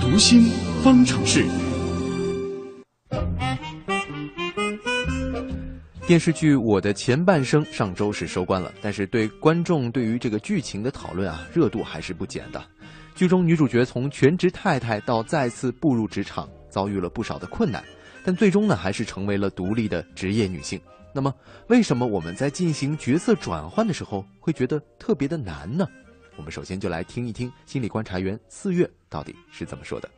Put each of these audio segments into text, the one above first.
读心方程式。电视剧《我的前半生》上周是收官了，但是对观众对于这个剧情的讨论啊，热度还是不减的。剧中女主角从全职太太到再次步入职场，遭遇了不少的困难，但最终呢，还是成为了独立的职业女性。那么，为什么我们在进行角色转换的时候会觉得特别的难呢？我们首先就来听一听心理观察员四月到底是怎么说的。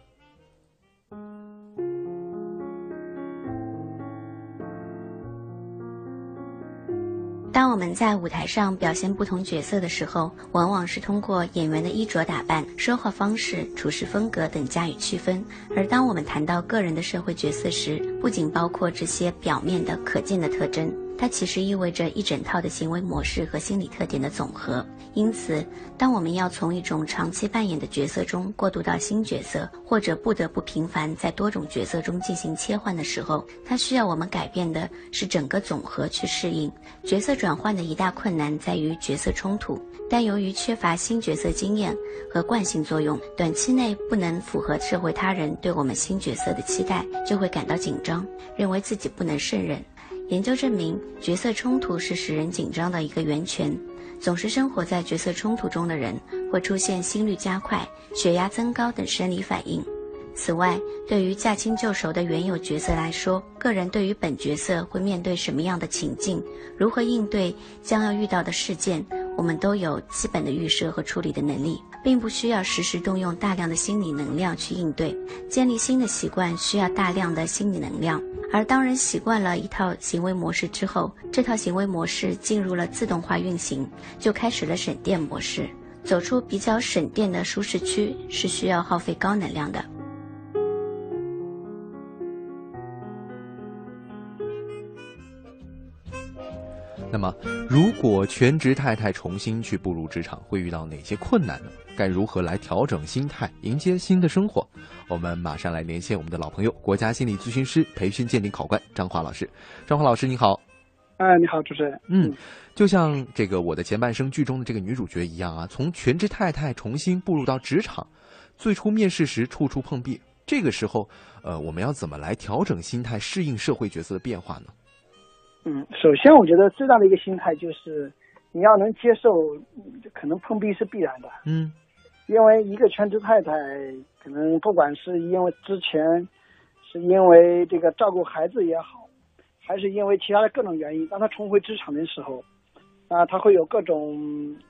当我们在舞台上表现不同角色的时候，往往是通过演员的衣着打扮、说话方式、处事风格等加以区分；而当我们谈到个人的社会角色时，不仅包括这些表面的可见的特征，它其实意味着一整套的行为模式和心理特点的总和。因此，当我们要从一种长期扮演的角色中过渡到新角色，或者不得不频繁在多种角色中进行切换的时候，它需要我们改变的是整个总和去适应角色。转换的一大困难在于角色冲突，但由于缺乏新角色经验和惯性作用，短期内不能符合社会他人对我们新角色的期待，就会感到紧张，认为自己不能胜任。研究证明，角色冲突是使人紧张的一个源泉。总是生活在角色冲突中的人，会出现心率加快、血压增高等生理反应。此外，对于驾轻就熟的原有角色来说，个人对于本角色会面对什么样的情境，如何应对将要遇到的事件，我们都有基本的预设和处理的能力，并不需要时时动用大量的心理能量去应对。建立新的习惯需要大量的心理能量，而当人习惯了一套行为模式之后，这套行为模式进入了自动化运行，就开始了省电模式。走出比较省电的舒适区是需要耗费高能量的。那么，如果全职太太重新去步入职场，会遇到哪些困难呢？该如何来调整心态，迎接新的生活？我们马上来连线我们的老朋友，国家心理咨询师培训鉴定考官张华老师。张华老师，你好。哎，你好，主持人。嗯，就像这个《我的前半生》剧中的这个女主角一样啊，从全职太太重新步入到职场，最初面试时处处碰壁，这个时候，呃，我们要怎么来调整心态，适应社会角色的变化呢？嗯，首先我觉得最大的一个心态就是，你要能接受，可能碰壁是必然的。嗯，因为一个全职太太，可能不管是因为之前，是因为这个照顾孩子也好，还是因为其他的各种原因，当她重回职场的时候，啊，她会有各种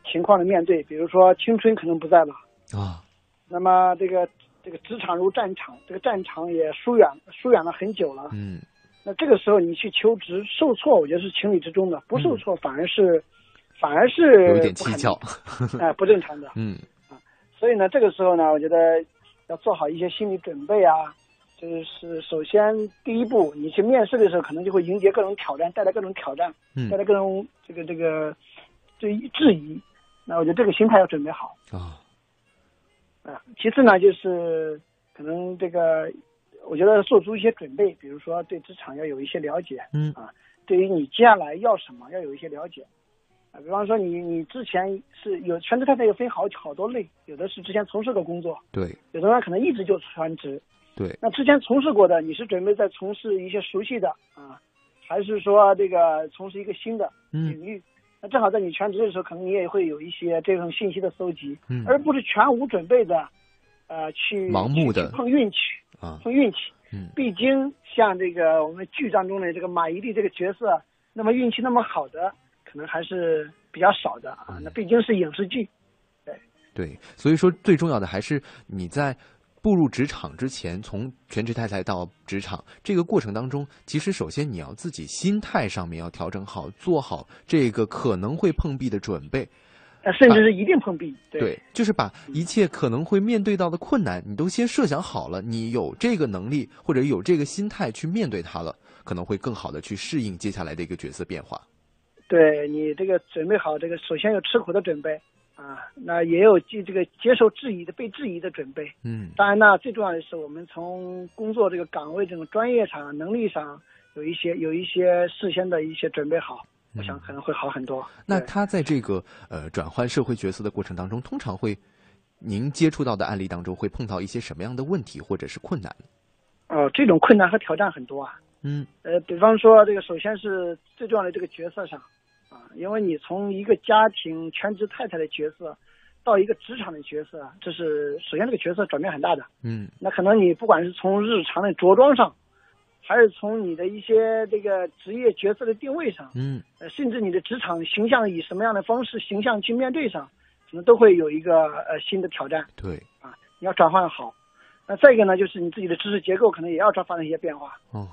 情况的面对，比如说青春可能不在了啊，那么这个这个职场如战场，这个战场也疏远疏远了很久了。嗯。那这个时候你去求职受挫，我觉得是情理之中的；不受挫反而是，嗯、反而是有点蹊跷， 哎呃，不正常的。嗯啊，所以呢，这个时候呢，我觉得要做好一些心理准备啊，就是首先第一步，你去面试的时候，可能就会迎接各种挑战，带来各种挑战，嗯、带来各种这个这个对质疑。那我觉得这个心态要准备好啊。啊、呃，其次呢，就是可能这个。我觉得做出一些准备，比如说对职场要有一些了解，嗯啊，对于你接下来要什么要有一些了解，啊，比方说你你之前是有全职太太又分好好多类，有的是之前从事过工作，对，有的人可能一直就全职，对，那之前从事过的你是准备再从事一些熟悉的啊，还是说这个从事一个新的领域？嗯、那正好在你全职的时候，可能你也会有一些这种信息的搜集，嗯，而不是全无准备的，呃，去盲目的碰运气。啊，碰运气，嗯，毕竟像这个我们剧当中的这个马伊琍这个角色，那么运气那么好的，可能还是比较少的嗯啊。那毕竟是影视剧，对对，所以说最重要的还是你在步入职场之前，从全职太太到职场这个过程当中，其实首先你要自己心态上面要调整好，做好这个可能会碰壁的准备。呃甚至是一定碰壁，对,对，就是把一切可能会面对到的困难，你都先设想好了，你有这个能力或者有这个心态去面对它了，可能会更好的去适应接下来的一个角色变化。对你这个准备好，这个首先有吃苦的准备啊，那也有接这个接受质疑的、被质疑的准备。嗯，当然呢，最重要的是我们从工作这个岗位、这种专业上、能力上有一些、有一些事先的一些准备好。我想可能会好很多。那他在这个呃转换社会角色的过程当中，通常会您接触到的案例当中会碰到一些什么样的问题或者是困难？哦，这种困难和挑战很多啊。嗯呃，比方说这个，首先是最重要的这个角色上啊，因为你从一个家庭全职太太的角色到一个职场的角色，这是首先这个角色转变很大的。嗯那可能你不管是从日常的着装上，还是从你的一些这个职业角色的定位上，嗯呃，甚至你的职场形象以什么样的方式形象去面对上，可能都会有一个呃新的挑战。对你要转换好。那再一个呢，就是你自己的知识结构可能也要发生一些变化。哦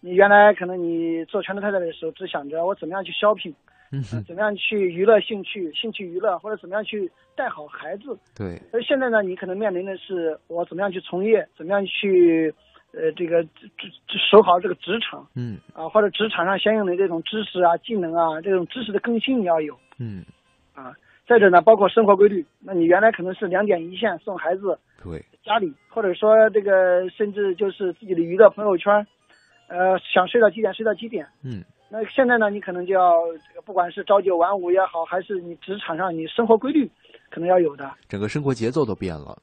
你原来可能你做全职太太的时候，只想着我怎么样去 shopping，、嗯呃哼怎么样去娱乐兴趣、兴趣娱乐，或者怎么样去带好孩子。对而呃现在呢，你可能面临的是我怎么样去从业，怎么样去呃这个这这守好这个职场嗯啊，或者职场上相应的这种知识啊、技能啊，这种知识的更新你要有。嗯再者呢，包括生活规律，那你原来可能是两点一线送孩子，对家里，或者说这个甚至就是自己的娱乐朋友圈，呃，想睡到几点睡到几点。嗯那现在呢，你可能就要这个不管是朝九晚五也好，还是你职场上你生活规律，可能要有的。整个生活节奏都变了。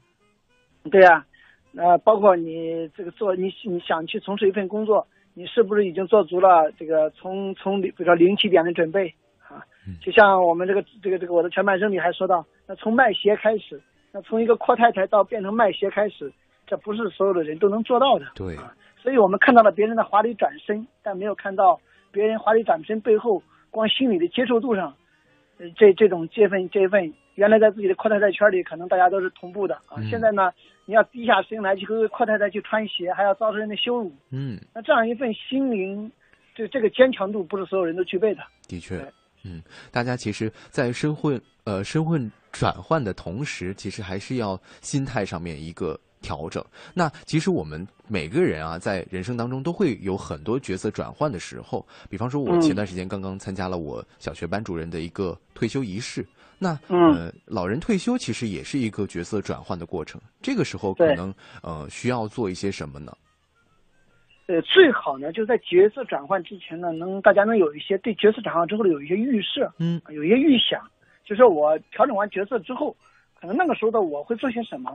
对呀、呃，包括你这个做你你想去从事一份工作，你是不是已经做足了这个从从比如说零起点的准备啊嗯？就像我们这个这个这个我的前半生里还说到，那从卖鞋开始，那从一个阔太太到变成卖鞋开始，这不是所有的人都能做到的。对啊，所以我们看到了别人的华丽转身，但没有看到别人华丽转身背后光心理的接受度上，呃，这这种这份这份原来在自己的阔太太圈里，可能大家都是同步的啊。嗯现在呢，你要低下身来去跟阔太太去穿鞋，还要遭受人的羞辱，嗯，那这样一份心灵，这这个坚强度不是所有人都具备的。的确对，嗯，大家其实，在身混呃身混转换的同时，其实还是要心态上面一个调整。那其实我们每个人啊，在人生当中都会有很多角色转换的时候。比方说，我嗯前段时间刚刚参加了我小学班主任的一个退休仪式。那嗯呃，老人退休其实也是一个角色转换的过程。这个时候对可能呃需要做一些什么呢？呃，最好呢，就是在角色转换之前呢，能大家能有一些对角色转换之后的有一些预设，啊嗯有一些预想，就说我调整完角色之后，可能那个时候的我会做些什么，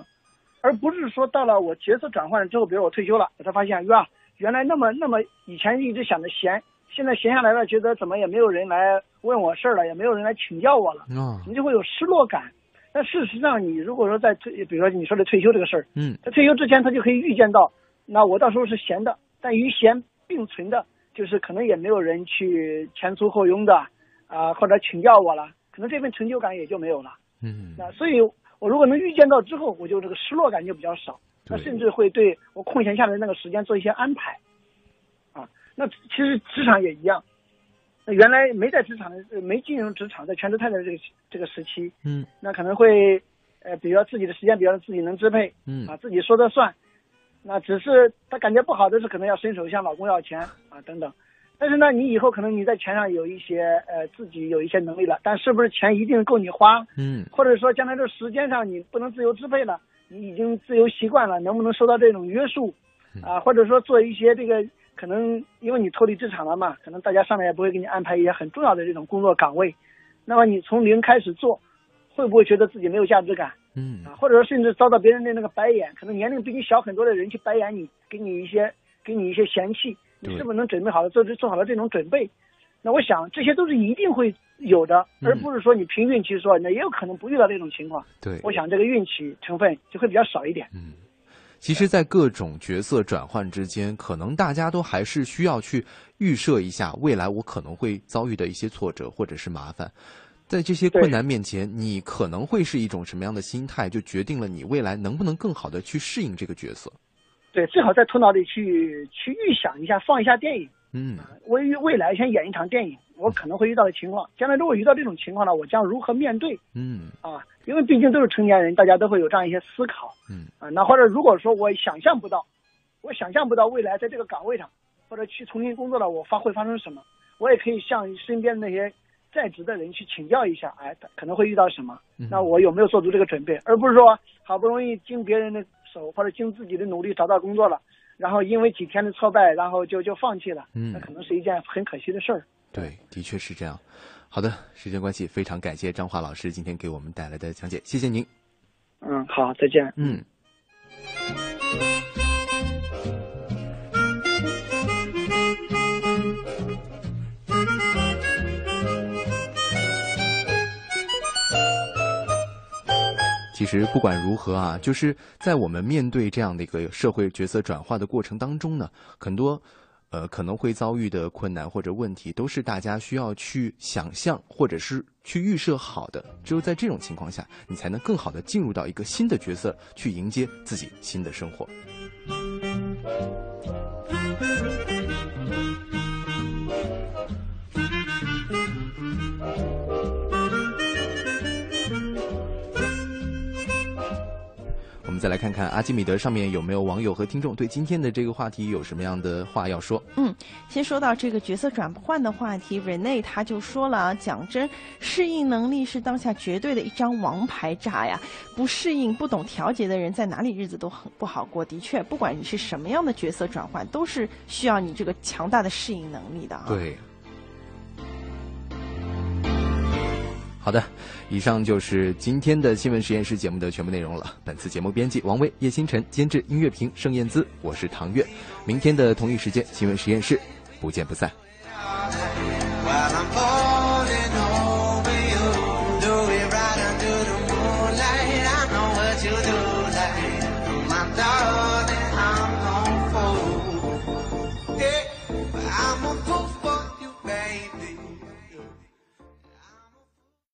而不是说到了我角色转换了之后，比如我退休了，我才发现，哇，原来那么那么以前一直想着闲，现在闲下来了，觉得怎么也没有人来问我事儿了，也没有人来请教我了，啊你就会有失落感。但事实上，你如果说在退，比如说你说的退休这个事儿，嗯在退休之前，他就可以预见到，那我到时候是闲的，但与闲并存的，就是可能也没有人去前簇后拥的啊、或者请教我了，可能这份成就感也就没有了。嗯那所以，我如果能预见到之后，我就这个失落感就比较少，那对甚至会对我空闲下来的那个时间做一些安排，啊，那其实职场也一样。那原来没在职场的，呃没进入职场，在全职太太的这个这个时期，嗯那可能会，呃，比如说自己的时间，比如说自己能支配，嗯啊，自己说的算。那只是她感觉不好的是，可能要伸手向老公要钱啊，等等。但是呢，你以后可能你在钱上有一些呃自己有一些能力了，但是不是钱一定够你花？嗯或者说将来这时间上你不能自由支配了，你已经自由习惯了，能不能受到这种约束？啊，或者说做一些这个可能因为你脱离职场了嘛，可能大家上来也不会给你安排一些很重要的这种工作岗位，那么你从零开始做，会不会觉得自己没有价值感？嗯啊，或者说甚至遭到别人的那个白眼，可能年龄比你小很多的人去白眼你，给你一些给你一些嫌弃，对你是不是能准备好了做做好了这种准备？那我想这些都是一定会有的，嗯而不是说你凭运气说，那也有可能不遇到这种情况。对。我想这个运气成分就会比较少一点。嗯，其实，在各种角色转换之间，可能大家都还是需要去预设一下未来我可能会遭遇的一些挫折或者是麻烦。在这些对困难面前，你可能会是一种什么样的心态，就决定了你未来能不能更好的去适应这个角色。对，最好在头脑里去去预想一下，放一下电影，嗯为未来先演一场电影，我可能会遇到的情况。将来如果遇到这种情况呢，我将如何面对？嗯啊，因为毕竟都是成年人，大家都会有这样一些思考。嗯啊，那或者如果说我想象不到，我想象不到未来在这个岗位上，或者去重新工作了，我发会发生什么，我也可以向身边的那些在职的人去请教一下，哎，可能会遇到什么，嗯那我有没有做足这个准备，而不是说好不容易经别人的手或者经自己的努力找到工作了，然后因为几天的挫败，然后就就放弃了，嗯那可能是一件很可惜的事儿。对，的确是这样。好的，时间关系，非常感谢张华老师今天给我们带来的讲解，谢谢您。嗯，好，再见。嗯。其实不管如何啊，就是在我们面对这样的一个社会角色转化的过程当中呢，很多，呃，可能会遭遇的困难或者问题，都是大家需要去想象或者是去预设好的。只有在这种情况下，你才能更好的进入到一个新的角色，去迎接自己新的生活。我们再来看看阿基米德上面有没有网友和听众对今天的这个话题有什么样的话要说？先说到这个角色转换的话题，Rene 他就说了啊，讲真，适应能力是当下绝对的一张王牌炸呀！不适应、不懂调节的人，在哪里日子都很不好过。的确，不管你是什么样的角色转换，都是需要你这个强大的适应能力的啊。，对。好的，以上就是今天的新闻实验室节目的全部内容了。本次节目编辑王威、叶星辰，监制音乐评盛燕姿，我是唐月。明天的同一时间，新闻实验室不见不散。 While I'm falling.